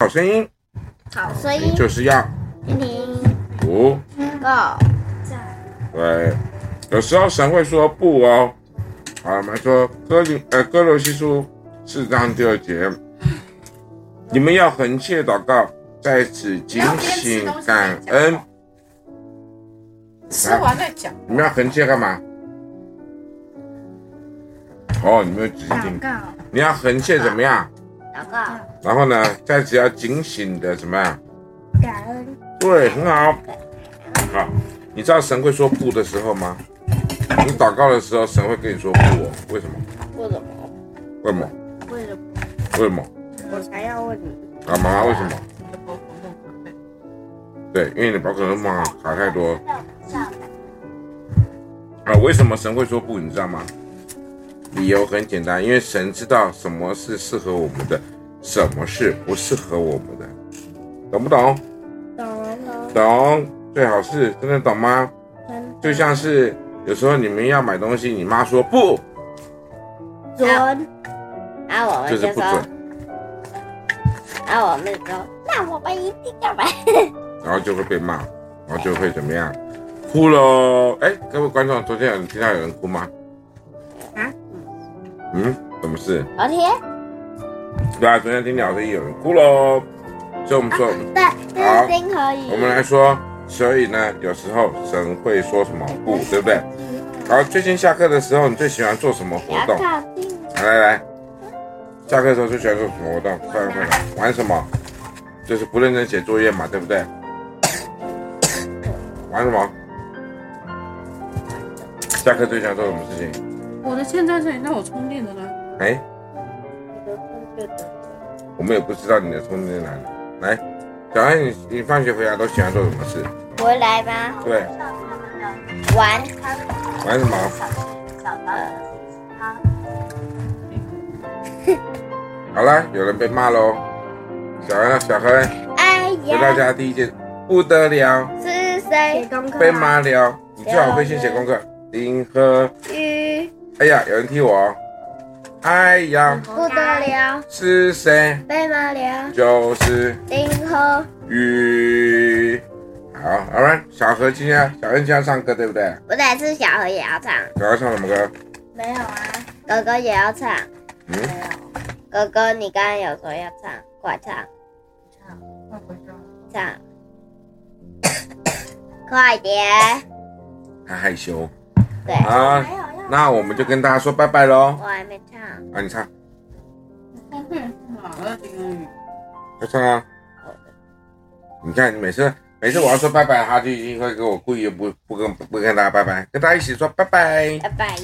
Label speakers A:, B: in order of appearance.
A: 好声音，
B: 好声音，
A: 就是要
B: 听听
A: 不
B: go，
A: 对。有时候神会说不哦。好，我们说哥林呃哥罗西书四章第二节，你们要恒切祷告，在此警醒感恩。
C: 吃完再讲。
A: 你们要横切干嘛？哦，你没有仔细听。
B: 告，
A: 你要横切怎么样？
B: 祷告，
A: 然后呢，在只要警醒的怎么样？
B: 感恩，
A: 对，很好。好，你知道神会说不的时候吗？你祷告的时候，神会跟你说不哦，为什么？
D: 为什么？
A: 为什么？
D: 为什么？
A: 为什么？
D: 我才要问你。
A: 啊，妈妈为什么？对，因为你宝可梦啊卡太多啊。为什么神会说不？你知道吗？理由很简单，因为神知道什么是适合我们的，什么是不适合我们的，懂不懂？
D: 懂
A: 懂，最好是真的懂吗？
D: 懂。
A: 就像是有时候你们要买东西，你妈说不，
D: 准，啊，我们
A: 就是
D: 就
A: 不
D: 说，
A: 准，
D: 啊，我们说，
B: 那我们一定要买。
A: 然后就会被骂，然后就会怎么样？哭喽！哎，各位观众，昨天有人听到有人哭吗？
B: 啊？
A: 嗯，什么事？
D: 昨天
A: 对啊，昨天听鸟的有人哭喽，所以我们
D: 啊
A: 说，
B: 对，这是丁和宇。
A: 我们来说，所以呢，有时候神会说什么不，对不对？好，最近下课的时候，你最喜欢做什么
B: 不
A: 活
B: 要
A: 动？
B: 靠近，
A: 来来来，下课的时候最喜欢做什么活动？快来快来，玩什么？就是不认真写作业嘛，对不对？玩什么？下课最喜欢做什么事情？
C: 我的现在这里让我充电的呢，
A: 哎，我们也不知道你的聪明在哪里。来，小安，你你放学回家都喜欢做什么事？
D: 回来吗？
A: 对，
D: 玩，
A: 玩什么？
D: Ờ,
A: 好了，有人被骂喽。小安，小黑
D: 哎
A: 回到
D: 呀，
A: 家第一件不得了，
D: 是谁？
B: 功课
A: 被骂了。你最好会先写功课。林和，
D: 雨
A: 哎呀，有人踢我哦。哎呀，
D: 不得了，
A: 是谁？
D: 被骂了，
A: 就是
D: 丁喝
A: 雨。好，好了，小何今天小恩今天要唱歌对不对？
D: 不对，是小何也要唱，
A: 小何唱什么歌？
D: 没有啊，哥哥也要唱，
A: 嗯，
D: 哥哥，你刚刚有说要唱，快唱，唱，快点，
A: 他害羞。
D: 对，
A: 啊，那我们就跟大家说拜拜喽
D: 我。还没唱，
A: 啊，你唱，
C: 充电是哪儿啊？这个雨
A: 快唱啊！你看，你每次每次我要说拜拜，他就一定会给我故意不不跟不跟大家拜拜，跟大家一起说拜拜。
D: 拜拜。